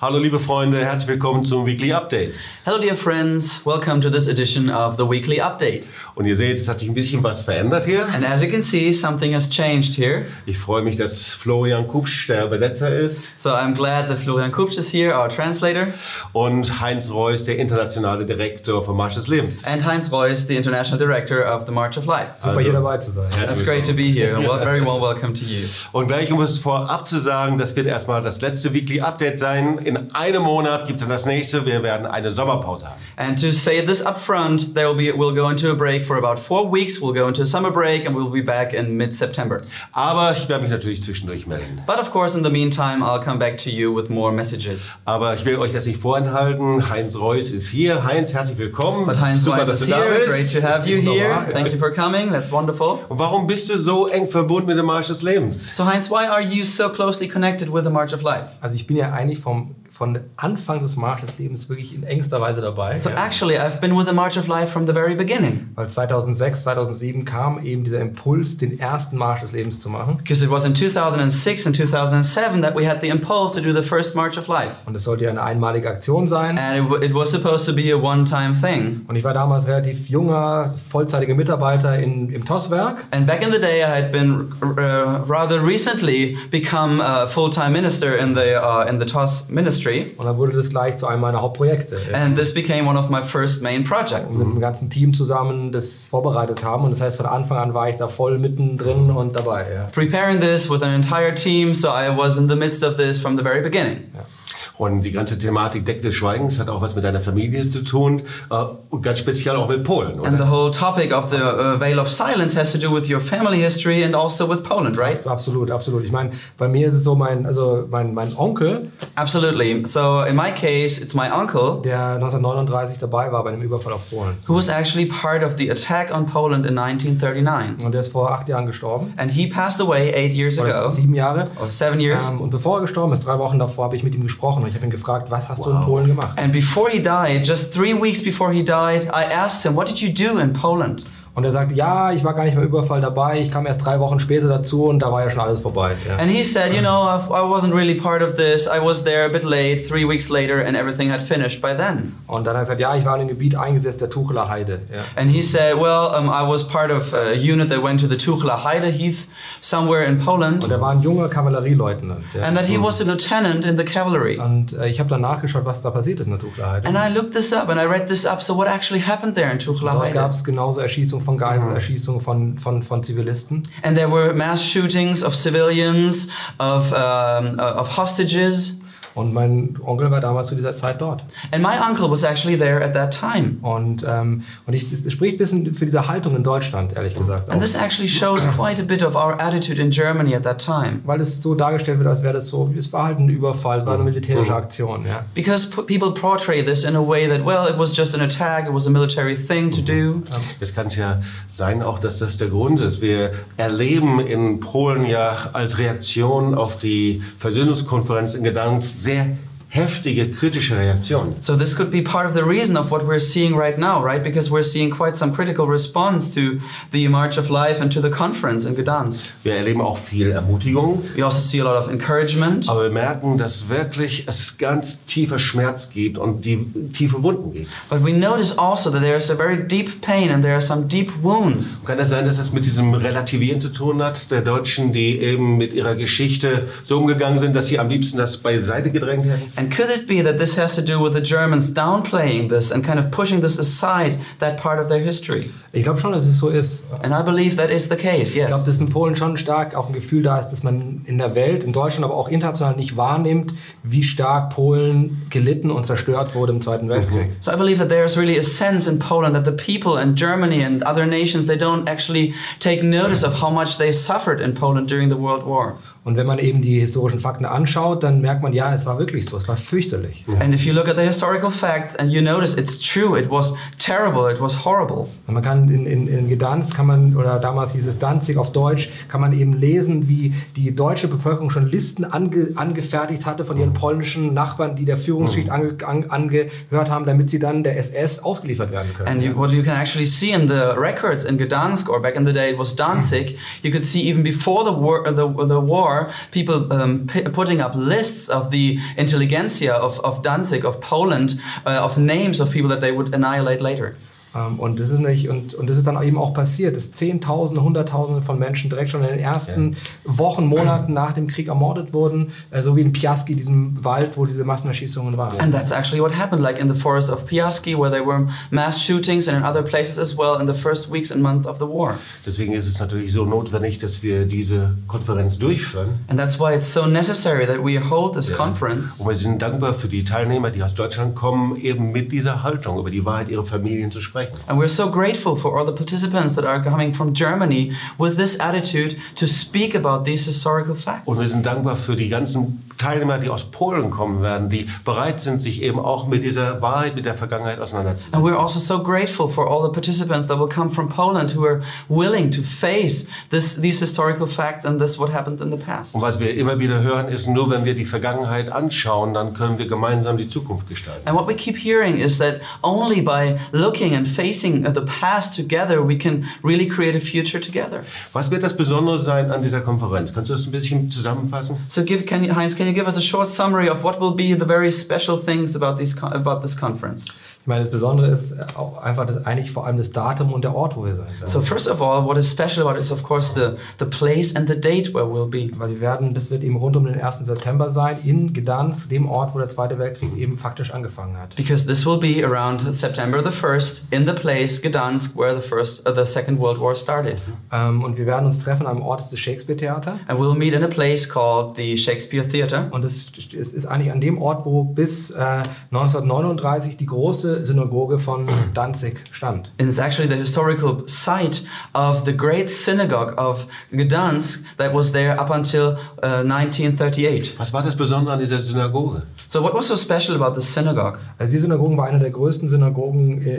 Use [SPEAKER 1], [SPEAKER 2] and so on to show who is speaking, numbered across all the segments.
[SPEAKER 1] Hallo liebe Freunde, herzlich willkommen zum Weekly Update.
[SPEAKER 2] Hello, dear friends. Welcome to this edition of the weekly update.
[SPEAKER 1] Und ihr seht, es hat sich ein bisschen was verändert hier.
[SPEAKER 2] And as you can see, something has changed here.
[SPEAKER 1] Ich freue mich, dass Florian Kupsch der Übersetzer ist
[SPEAKER 2] So I'm glad that Florian Kupsch is here, our translator,
[SPEAKER 1] und Heinz Reuss, der internationale Direktor vom Marsch des Lebens.
[SPEAKER 2] and Heinz Reuss, the international director of the March of Life.
[SPEAKER 3] Super, hier dabei zu sein.
[SPEAKER 1] Also, Herzlich
[SPEAKER 2] That's great to
[SPEAKER 1] willkommen.
[SPEAKER 2] be here. Well, very well, welcome to you.
[SPEAKER 1] Und gleich, um es vorab zu sagen, das wird erstmal das letzte Weekly Update sein. In einem Monat gibt es dann das nächste. Wir werden eine Sommerpause haben.
[SPEAKER 2] And to say this up front, there will be we'll go into a break for about four weeks. We'll go into a summer break, and we'll be back in mid-September.
[SPEAKER 1] Aber ich werde mich natürlich zwischendurch melden.
[SPEAKER 2] But of course, in the meantime, I'll come back to you with more messages.
[SPEAKER 1] Aber ich will euch das nicht vorenthalten. Heinz Reuss ist hier. Heinz, herzlich willkommen.
[SPEAKER 2] But Heinz
[SPEAKER 1] Super,
[SPEAKER 2] Weiss
[SPEAKER 1] dass
[SPEAKER 2] is
[SPEAKER 1] du da
[SPEAKER 2] here. Great
[SPEAKER 1] bist.
[SPEAKER 2] to have you here.
[SPEAKER 3] Wunderbar.
[SPEAKER 2] Thank you for coming. That's wonderful.
[SPEAKER 1] Und warum bist du so eng verbunden mit dem Marsch des Lebens?
[SPEAKER 2] So Heinz, why are you so closely connected with the March of Life?
[SPEAKER 3] Also ich bin ja eigentlich vom, von Anfang des Marsch des Lebens wirklich in engster Weise dabei.
[SPEAKER 2] So actually, I've been with the March of Life from the very beginning.
[SPEAKER 3] Weil 2006, 2007 kam eben dieser Impuls, den ersten Marsch des Lebens zu machen.
[SPEAKER 2] Because it was in 2006 and 2007 that we had the impulse to do the first March of Life.
[SPEAKER 3] Und es sollte ja eine einmalige Aktion sein.
[SPEAKER 2] And it, w- it was supposed to be a one time thing.
[SPEAKER 3] Und ich war damals relativ junger, vollzeitiger Mitarbeiter in, im TOS-Werk.
[SPEAKER 2] And back in the day, I had been uh, rather recently become a full time minister in the, uh, in the TOS ministry.
[SPEAKER 3] Und dann wurde das gleich zu einem meiner Hauptprojekte.
[SPEAKER 2] And this became one of my first main projects.
[SPEAKER 3] mit dem ganzen Team zusammen das vorbereitet haben. Und das heißt, von Anfang an war ich da voll mittendrin und dabei. Ja.
[SPEAKER 2] Preparing this with an entire team, so I was in the midst of this from the very beginning.
[SPEAKER 1] Und die ganze Thematik Decke des Schweigens hat auch was mit deiner Familie zu tun äh, und ganz speziell auch mit Polen.
[SPEAKER 2] And the
[SPEAKER 1] Oder?
[SPEAKER 2] whole topic of the uh, veil of silence has to do with your family history and also with Poland, right?
[SPEAKER 3] Absolut, absolut. Ich meine, bei mir ist es so, mein, also mein, mein Onkel,
[SPEAKER 2] Absolutely. So in my case, it's my uncle
[SPEAKER 3] der 1939 dabei war bei einem Überfall auf Polen.
[SPEAKER 2] who was actually part of the attack on Poland in 1939,
[SPEAKER 3] Und der ist vor acht Jahren gestorben.
[SPEAKER 2] and he passed away eight years
[SPEAKER 3] Oder
[SPEAKER 2] ago,
[SPEAKER 3] sieben Jahre.
[SPEAKER 2] or seven years.
[SPEAKER 3] Ähm, und bevor er gestorben ist, drei Wochen davor, habe ich mit ihm gesprochen und ich habe ihn gefragt, was hast du in
[SPEAKER 1] Wow.
[SPEAKER 3] Polen gemacht?
[SPEAKER 2] And before he died, just three weeks before he died, I asked him, "What did you do in Poland?"
[SPEAKER 3] Und er sagte, ja, ich war gar nicht beim Überfall dabei, ich kam erst drei Wochen später dazu und da war ja schon alles vorbei. Ja.
[SPEAKER 2] And he said, "You know, I, I wasn't really part of this. I was there a bit late, three weeks later, and everything had finished by then."
[SPEAKER 3] Und dann hat er gesagt, ja, ich war in dem Gebiet eingesetzt der Tucheler Heide. Ja.
[SPEAKER 2] And he said, Well, um, I was part of a unit that went to the Tuchla Heide Heath somewhere in Poland,
[SPEAKER 3] Und er war ein junger Kavallerieleutnant. Ja.
[SPEAKER 2] and that he was a lieutenant in the cavalry.
[SPEAKER 3] Und äh, ich habe dann nachgeschaut, was da passiert ist in der Tuchler Heide.
[SPEAKER 2] And I looked this up and I read this up. So, what actually happened there in Tuchla
[SPEAKER 3] Dort gab
[SPEAKER 2] Heide?
[SPEAKER 3] es genauso Erschießungen von Geiseln, Erschießungen von, von, von Zivilisten.
[SPEAKER 2] And there were mass shootings of civilians, of, um, uh, of hostages.
[SPEAKER 3] Und mein Onkel war damals zu dieser Zeit dort.
[SPEAKER 2] And my uncle was actually there at that time.
[SPEAKER 3] Und, ähm, und ich, das spricht ein bisschen für diese Haltung in Deutschland, ehrlich gesagt. Auch.
[SPEAKER 2] And this actually shows quite a bit of our attitude in Germany at that time.
[SPEAKER 3] Weil es so dargestellt wird, als wäre das so, es war halt ein Überfall, war eine militärische Aktion. Ja.
[SPEAKER 2] Because p- people portray this in a way that, well, it was just an attack, it was a military thing to do.
[SPEAKER 1] Es kann es ja sein auch, dass das der Grund ist. Wir erleben in Polen ja als Reaktion auf die Versöhnungskonferenz in Gdansk sehr heftige kritische Reaktionen.
[SPEAKER 2] So this could be part of the reason of what we're seeing right now, right? Because we're seeing quite some critical response to the March of Life and to the conference in Gdansk.
[SPEAKER 1] Wir erleben auch viel Ermutigung.
[SPEAKER 2] We also see a lot of encouragement,
[SPEAKER 1] Aber wir merken, dass wirklich es ganz tiefer Schmerz gibt und die tiefe Wunden gibt.
[SPEAKER 2] but we notice also that there is a very deep pain and there are some deep wounds.
[SPEAKER 1] Kann es sein, dass es mit diesem Relativieren zu tun hat, der Deutschen, die eben mit ihrer Geschichte so umgegangen sind, dass sie am liebsten das beiseite gedrängt hätten?
[SPEAKER 2] And could it be that this has to do with the Germans downplaying this and kind of pushing this aside, that part of their history?
[SPEAKER 3] Ich glaube schon, dass es so ist.
[SPEAKER 2] And I believe that is the case,
[SPEAKER 3] Ich glaube,
[SPEAKER 2] yes.
[SPEAKER 3] dass in Polen schon stark auch ein Gefühl da ist, dass man in der Welt, in Deutschland, aber auch international nicht wahrnimmt, wie stark Polen gelitten und zerstört wurde im Zweiten Weltkrieg.
[SPEAKER 2] So I believe that there's really a sense in Poland that the people and Germany and other nations they don't actually take notice of how much they suffered in Poland during the World War.
[SPEAKER 3] Und wenn man eben die historischen Fakten anschaut, dann merkt man, ja, es war wirklich so, es war fürchterlich.
[SPEAKER 2] And if you look at the historical facts and you notice it's true, it was terrible, it was horrible.
[SPEAKER 3] Und man kann in, in, in Gdansk, kann man, oder damals hieß es Danzig auf Deutsch, kann man eben lesen, wie die deutsche Bevölkerung schon Listen ange, angefertigt hatte von
[SPEAKER 2] Mhm.
[SPEAKER 3] ihren polnischen Nachbarn, die der Führungsschicht ange, an, angehört haben, damit sie dann der SS ausgeliefert werden können.
[SPEAKER 2] And you, what you can actually see in the records in Gdansk, or back in the day it was Danzig, you could see even before the war, the, the war people um, p- putting up lists of the intelligentsia intelligentsia of, of Danzig, of Poland, uh, of names of people that they would annihilate later.
[SPEAKER 3] Ähm, und das ist nicht, und, und das ist dann eben auch passiert, dass Zehntausende, Hunderttausende von Menschen direkt schon in den ersten Wochen, Monaten nach dem Krieg ermordet wurden, äh, so wie in Piaski, diesem Wald, wo diese Massenerschießungen waren.
[SPEAKER 2] And that's actually what happened, like in the forest of Piaski, where there were mass shootings, and in other places as well in the first weeks and months of the war.
[SPEAKER 1] Deswegen ist es natürlich so notwendig, dass wir diese Konferenz durchführen.
[SPEAKER 2] And that's why it's so necessary that we hold this conference.
[SPEAKER 1] Und wir sind dankbar für die Teilnehmer, die aus Deutschland kommen, eben mit dieser Haltung über die Wahrheit ihrer Familien zu sprechen.
[SPEAKER 2] And we're so grateful for all the participants that are coming from Germany with this attitude to speak about these historical facts.
[SPEAKER 1] Und wir sind dankbar für die ganzen Teilnehmer, die aus Polen kommen werden, die bereit sind, sich eben auch mit dieser Wahrheit, mit der Vergangenheit auseinanderzusetzen.
[SPEAKER 2] And we're also so grateful for all the participants that will come from Poland who are willing to face this, these historical facts and this what happened in the past.
[SPEAKER 1] Und was wir immer wieder hören, ist, nur wenn wir die Vergangenheit anschauen, dann können wir gemeinsam die Zukunft gestalten.
[SPEAKER 2] And what we keep hearing is that only by looking and facing the past together, we can really create a future together.
[SPEAKER 1] Was wird das Besondere sein an dieser Konferenz? Kannst du das ein bisschen zusammenfassen?
[SPEAKER 2] So, give, can you, Heinz, can you give us a short summary of what will be the very special things about, these, con- about this conference?
[SPEAKER 3] Ich meine, das Besondere ist äh, auch einfach das, eigentlich vor allem das Datum und der Ort, wo wir sein werden.
[SPEAKER 2] So, first of all, what is special about it is, of course, the, the place and the date where we'll be.
[SPEAKER 3] Weil wir werden, das wird eben rund um den 1. September sein, in Gdansk, dem Ort, wo der Zweite Weltkrieg eben faktisch angefangen hat.
[SPEAKER 2] Because this will be around September the 1st in the place Gdansk where the first uh, the Second World War started.
[SPEAKER 3] Ähm, und wir werden uns treffen am Ort des Shakespeare-Theater.
[SPEAKER 2] And we'll meet in a place called the Shakespeare Theater.
[SPEAKER 3] Und es, es ist eigentlich an dem Ort, wo bis äh, 1939 die große Synagoge von Danzig stand.
[SPEAKER 2] And it's actually the historical site of the great synagogue of Gdansk that was there up until uh, 1938.
[SPEAKER 1] Was war das Besondere an dieser Synagoge?
[SPEAKER 2] So what was so special about the synagogue?
[SPEAKER 3] Also die Synagoge war eine der größten Synagogen, äh, äh,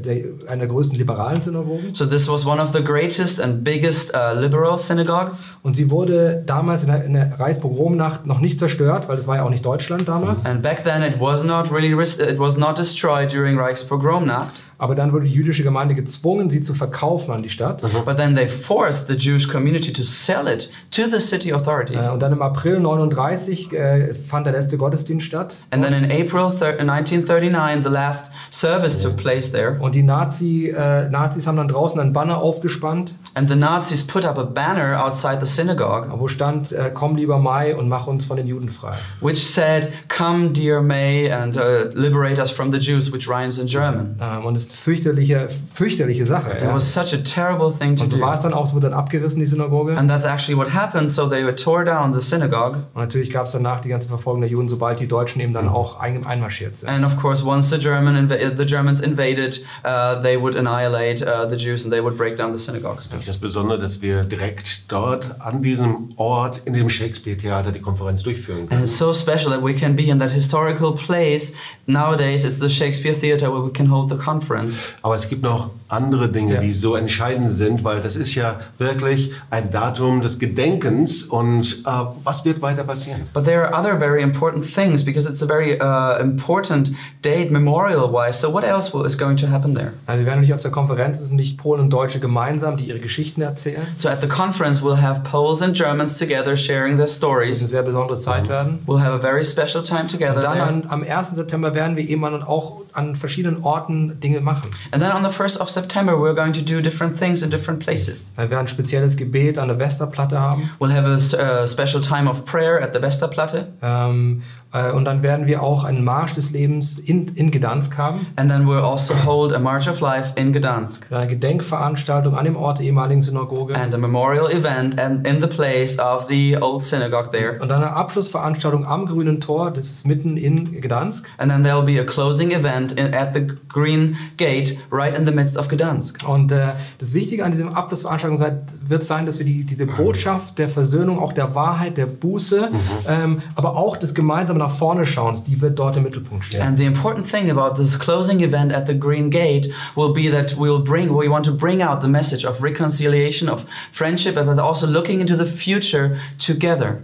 [SPEAKER 3] der, einer der größten liberalen Synagogen.
[SPEAKER 2] So this was one of the greatest and biggest uh, liberal synagogues.
[SPEAKER 3] Und sie wurde damals in der, in der Reichspogromnacht noch nicht zerstört, weil das war ja auch nicht Deutschland damals.
[SPEAKER 2] And back then it was not really ris- it was not destroyed during Reichspogromnacht.
[SPEAKER 3] Aber dann wurde die jüdische Gemeinde gezwungen, sie zu verkaufen an die Stadt.
[SPEAKER 2] But then they forced the Jewish community to sell it to the city authorities.
[SPEAKER 3] Äh, Und dann im April 39 äh, fand der letzte Gottesdienst statt.
[SPEAKER 2] And then in April thir- 1939, the last service took place there.
[SPEAKER 3] Und die Nazi, äh, Nazis haben dann draußen einen Banner aufgespannt,
[SPEAKER 2] And the Nazis put up a banner outside the synagogue
[SPEAKER 3] wo stand, äh, komm lieber Mai und mach uns von den Juden frei.
[SPEAKER 2] which said, Come, dear May, and uh, liberate us from the Jews, which rhymes in German.
[SPEAKER 3] Ähm, und das ist eine fürchterliche, fürchterliche Sache.
[SPEAKER 2] It
[SPEAKER 3] Ja.
[SPEAKER 2] was such a terrible thing to
[SPEAKER 3] Und so
[SPEAKER 2] do.
[SPEAKER 3] war es dann auch, es wurde dann abgerissen, die Synagoge.
[SPEAKER 2] And that's actually what happened. So they tore down the synagogue.
[SPEAKER 3] Und natürlich gab es danach die ganze Verfolgung der Juden, sobald die Deutschen eben dann auch ein, einmarschiert sind.
[SPEAKER 2] And of course, once the, German inv- the Germans invaded, uh, they would annihilate uh, the Jews and they would break down the synagogues.
[SPEAKER 1] Durch das Besondere, dass wir direkt dort an diesem Ort in dem Shakespeare-Theater die Konferenz durchführen
[SPEAKER 2] And
[SPEAKER 1] können.
[SPEAKER 2] it's so special that we can be in that historical place. Nowadays, it's the Shakespeare Theater where we can hold the conference.
[SPEAKER 1] Aber es gibt noch andere Dinge, die so entscheidend sind, weil das ist ja wirklich ein Datum des Gedenkens. Und äh, was wird weiter passieren?
[SPEAKER 2] But there are other very important things because it's a very uh, important date, memorial wise. So, what else will, is going to happen there?
[SPEAKER 3] Also wir werden natürlich auf der Konferenz, es sind nicht Polen und Deutsche gemeinsam, die ihre Geschichten erzählen.
[SPEAKER 2] So, at the conference, we'll have Poles and Germans together sharing their
[SPEAKER 3] Es wird eine
[SPEAKER 2] stories.
[SPEAKER 3] sehr besondere Zeit werden.
[SPEAKER 2] We'll have a very special time together.
[SPEAKER 3] Und dann
[SPEAKER 2] there.
[SPEAKER 3] an, am 1. September werden wir eben an, auch an verschiedenen Orten Dinge machen.
[SPEAKER 2] And then on the 1st of September, we're going to do different things in different places.
[SPEAKER 3] Wir werden ein spezielles Gebet an der Westerplatte haben.
[SPEAKER 2] We'll have a s- uh, special time of prayer at the Westerplatte.
[SPEAKER 3] Ähm, äh, und dann werden wir auch einen Marsch des Lebens in, in Gdansk haben.
[SPEAKER 2] And then we'll also hold a March of Life in Gdansk.
[SPEAKER 3] Eine Gedenkveranstaltung an dem Ort der ehemaligen Synagoge.
[SPEAKER 2] and a memorial event and in the place of the old synagogue there.
[SPEAKER 3] Und dann eine Abschlussveranstaltung am Grünen Tor, das ist mitten in Gdansk.
[SPEAKER 2] And then there'll be a closing event in, at the Green Gate right in the midst of Gdansk.
[SPEAKER 3] Und äh, das Wichtige an diesem Abschlussveranstaltung seit- wird sein, dass wir die, diese Botschaft der Versöhnung, auch der Wahrheit, der Buße, ähm, aber auch des gemeinsamen nach vorne schauens, die wird dort im Mittelpunkt stehen.
[SPEAKER 2] And the important thing about this closing event at the Green Gate will be that we'll bring we want to bring out the message of reconciliation of friendship but also looking into the future together.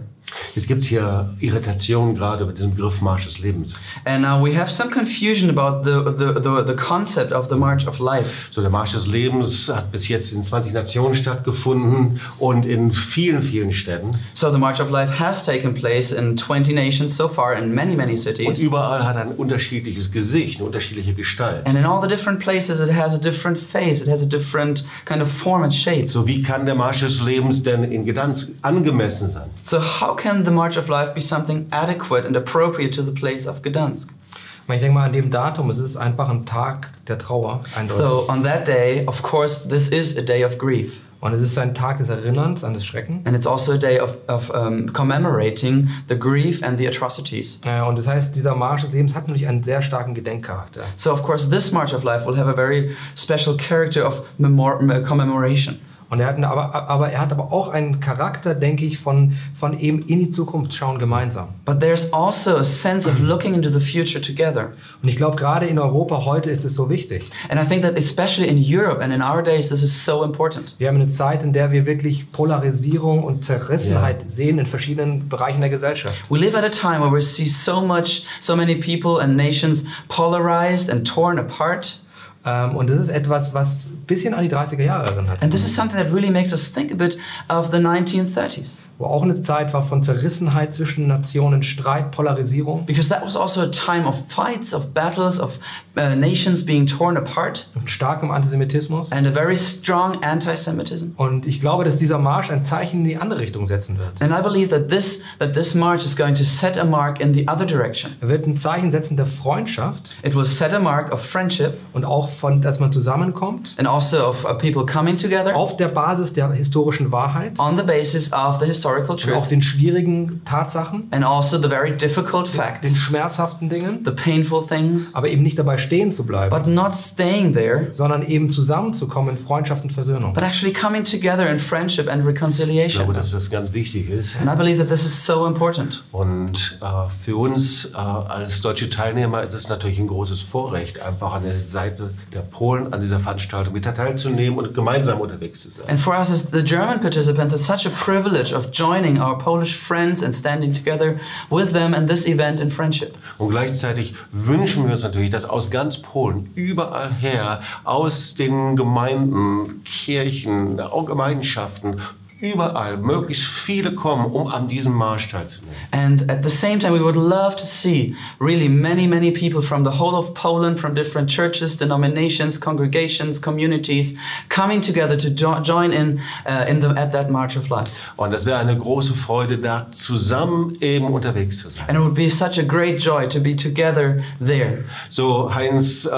[SPEAKER 1] Jetzt gibt es hier Irritationen gerade über diesen Begriff Marsch des Lebens.
[SPEAKER 2] And uh, we have some confusion about the, the, the, the concept of the March of Life.
[SPEAKER 1] So, der Marsch des Lebens hat bis jetzt in 20 Nationen stattgefunden und in vielen, vielen Städten.
[SPEAKER 2] So the March of Life has taken place in 20 nations so far in many, many
[SPEAKER 1] Und
[SPEAKER 2] cities.
[SPEAKER 1] überall hat er ein unterschiedliches Gesicht, eine unterschiedliche Gestalt.
[SPEAKER 2] And in all the different places, it has a different face, it has a different kind of form and shape.
[SPEAKER 1] So, wie kann der Marsch des Lebens denn in Gdansk angemessen sein?
[SPEAKER 2] So, how can the March of Life be something adequate and appropriate to the place of Gdansk?
[SPEAKER 3] Ich meine, ich denke mal an dem Datum, es ist einfach ein Tag der Trauer, eindeutig.
[SPEAKER 2] So, on that day, of course, this is a day of grief.
[SPEAKER 3] Und es ist ein Tag des Erinnerns an das Schrecken.
[SPEAKER 2] And it's also a day of, of um, commemorating the grief and the atrocities.
[SPEAKER 3] Äh, Und das heißt, dieser Marsch des Lebens hat natürlich einen sehr starken Gedenkcharakter.
[SPEAKER 2] So, of course, this March of Life will have a very special character of memor- commemoration.
[SPEAKER 3] Und er hat, eine, aber, aber er hat aber auch einen Charakter, denke ich, von, von eben in die Zukunft schauen gemeinsam.
[SPEAKER 2] But there's also a sense of looking into the future together.
[SPEAKER 3] Und ich glaube, gerade in Europa heute ist es so wichtig.
[SPEAKER 2] And I think that especially in Europe and in our days, this is so important.
[SPEAKER 3] Wir haben eine Zeit, in der wir wirklich Polarisierung und Zerrissenheit sehen in verschiedenen Bereichen der Gesellschaft.
[SPEAKER 2] We live at a time where we see so much, so many people and nations polarized and torn apart.
[SPEAKER 3] Ähm, und das ist etwas, was ein bisschen an die 30er Jahre erinnert.
[SPEAKER 2] And this is something that really makes us think a bit of the 1930s,
[SPEAKER 3] Wo auch eine Zeit war von Zerrissenheit zwischen Nationen, Streit, Polarisierung.
[SPEAKER 2] because that was also a time of fights, of battles, of uh, nations being torn apart,
[SPEAKER 3] und starkem Antisemitismus.
[SPEAKER 2] and a very strong anti Semitism.
[SPEAKER 3] Und ich glaube, dass dieser Marsch ein Zeichen in die andere Richtung setzen wird.
[SPEAKER 2] And I believe that this, that this march is going to set a mark in the other direction.
[SPEAKER 3] Er wird ein Zeichen setzen der Freundschaft
[SPEAKER 2] It will set a mark of friendship
[SPEAKER 3] und auch von, dass man zusammenkommt
[SPEAKER 2] and also of uh, people coming together
[SPEAKER 3] auf der Basis der historischen Wahrheit,
[SPEAKER 2] on the basis of the historical
[SPEAKER 3] und auf
[SPEAKER 2] truth
[SPEAKER 3] den schwierigen Tatsachen,
[SPEAKER 2] and also the very difficult
[SPEAKER 3] den
[SPEAKER 2] facts,
[SPEAKER 3] schmerzhaften Dingen,
[SPEAKER 2] the painful things,
[SPEAKER 3] aber eben nicht dabei stehen zu bleiben,
[SPEAKER 2] but not staying there,
[SPEAKER 3] sondern eben zusammenzukommen in Freundschaft und Versöhnung.
[SPEAKER 2] but actually coming together in friendship and
[SPEAKER 1] Ich glaube,
[SPEAKER 2] reconciliation.
[SPEAKER 1] dass das ganz wichtig ist.
[SPEAKER 2] And I believe that this is so important.
[SPEAKER 1] Und äh, für uns äh, als deutsche Teilnehmer ist es natürlich ein großes Vorrecht, einfach an der Seite der Polen an dieser Veranstaltung mit teilzunehmen und gemeinsam unterwegs zu sein.
[SPEAKER 2] And for us as the German participants, it's such a privilege of joining our Polish friends and standing together with them in this event in friendship.
[SPEAKER 1] Und gleichzeitig wünschen wir uns natürlich, dass aus ganz Polen, überall her, aus den Gemeinden, Kirchen, auch Gemeinschaften, überall möglichst viele kommen, um an diesem Marsch teilzunehmen.
[SPEAKER 2] And at the same time, we would love to see really many, many people from the whole of Poland, from different churches, denominations, congregations, communities, coming together to jo- join in uh, in the at that March of Life.
[SPEAKER 1] Und es wäre eine große Freude, da zusammen eben unterwegs zu sein.
[SPEAKER 2] And it would be such a great joy to be together there.
[SPEAKER 1] So, Heinz, äh,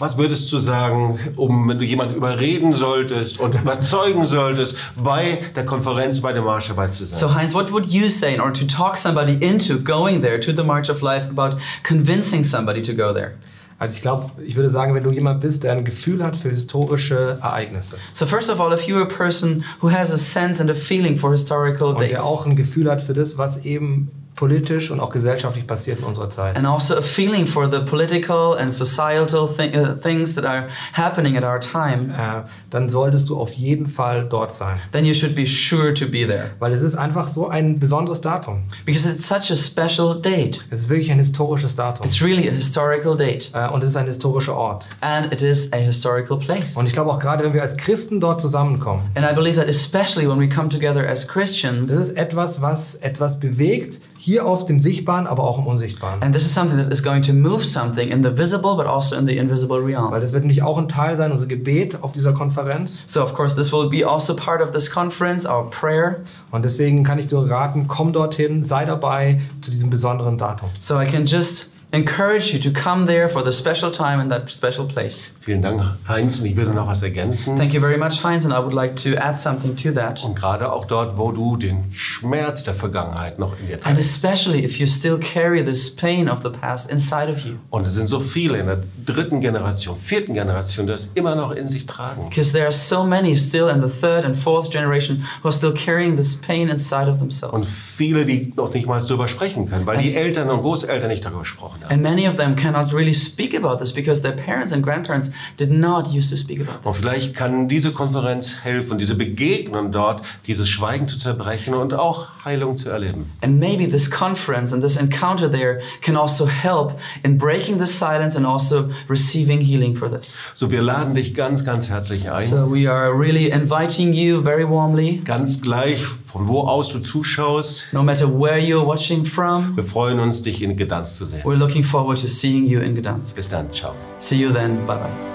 [SPEAKER 1] was würdest du sagen, um, wenn du jemanden überreden solltest und überzeugen solltest, bei der Konferenz, bei der Marsch dabei zu sein?
[SPEAKER 2] So Heinz, what would you say in order to talk somebody into going there to the March of Life about convincing somebody to go there?
[SPEAKER 3] Also ich glaube, ich würde sagen, wenn du jemand bist, der ein Gefühl hat für historische Ereignisse
[SPEAKER 2] So first of all, if you're a person who has a sense and a feeling for historical
[SPEAKER 3] und der
[SPEAKER 2] dates.
[SPEAKER 3] auch ein Gefühl hat für das, was eben politisch und auch gesellschaftlich passiert in unserer Zeit.
[SPEAKER 2] and also a feeling for the political and societal thi- uh, things that are happening at our time,
[SPEAKER 3] äh, dann solltest du auf jeden Fall dort sein.
[SPEAKER 2] then you should be sure to be there
[SPEAKER 3] Weil es ist einfach so ein besonderes Datum.
[SPEAKER 2] because it's such a special date.
[SPEAKER 3] Es ist wirklich ein historisches Datum.
[SPEAKER 2] It's really a historical date
[SPEAKER 3] Äh, und es ist ein historischer Ort.
[SPEAKER 2] and it is a historical place.
[SPEAKER 3] Und ich glaube auch gerade, wenn wir als Christen dort zusammenkommen,
[SPEAKER 2] And I believe that especially when we come together as
[SPEAKER 3] das
[SPEAKER 2] Christians,
[SPEAKER 3] ist etwas, was etwas bewegt, hier auf dem Sichtbaren, aber auch im Unsichtbaren.
[SPEAKER 2] and this is something that is going to move something in the visible but also in the invisible
[SPEAKER 3] Weil
[SPEAKER 2] realm.
[SPEAKER 3] das wird nämlich auch ein Teil sein, unser Gebet auf dieser Konferenz.
[SPEAKER 2] So, of course, this will be also part of this conference, our prayer.
[SPEAKER 3] Und deswegen kann ich dir raten, komm dorthin, sei dabei zu diesem besonderen Datum.
[SPEAKER 2] So, I can just encourage you to come there for the special time in that special place.
[SPEAKER 1] Vielen Dank, Heinz. Und ich würde noch was ergänzen.
[SPEAKER 2] Thank you very much, Heinz, and I would like to add something to that.
[SPEAKER 1] Und gerade auch dort, wo du den Schmerz der Vergangenheit noch in dir
[SPEAKER 2] And
[SPEAKER 1] trägst.
[SPEAKER 2] especially if you still carry this pain of the past inside of you.
[SPEAKER 1] Und es sind so viele in der dritten Generation, vierten Generation, die das immer noch in sich tragen.
[SPEAKER 2] Because there are so many still in the third and fourth generation who are still carrying this pain inside of
[SPEAKER 1] Und
[SPEAKER 2] themselves.
[SPEAKER 1] viele, die noch nicht mal darüber sprechen können, weil die Eltern und Großeltern nicht darüber gesprochen Kinder.
[SPEAKER 2] And many of them cannot really speak about this because their parents and grandparents did not used to speak about this.
[SPEAKER 1] Und vielleicht kann diese Konferenz helfen, diese Begegnung dort, dieses Schweigen zu zerbrechen und auch Heilung zu erleben.
[SPEAKER 2] And maybe this conference and this encounter there can also help in breaking the silence and also receiving healing for this.
[SPEAKER 1] So, wir laden dich ganz, ganz herzlich ein.
[SPEAKER 2] So we are really inviting you very warmly,
[SPEAKER 1] Ganz gleich, von wo aus du zuschaust.
[SPEAKER 2] no matter where you're watching from.
[SPEAKER 1] Wir freuen uns, dich in Gedanz zu sehen.
[SPEAKER 2] We're looking forward to seeing you in Gdansk.
[SPEAKER 1] Bis dann, ciao.
[SPEAKER 2] See you then. Bye bye.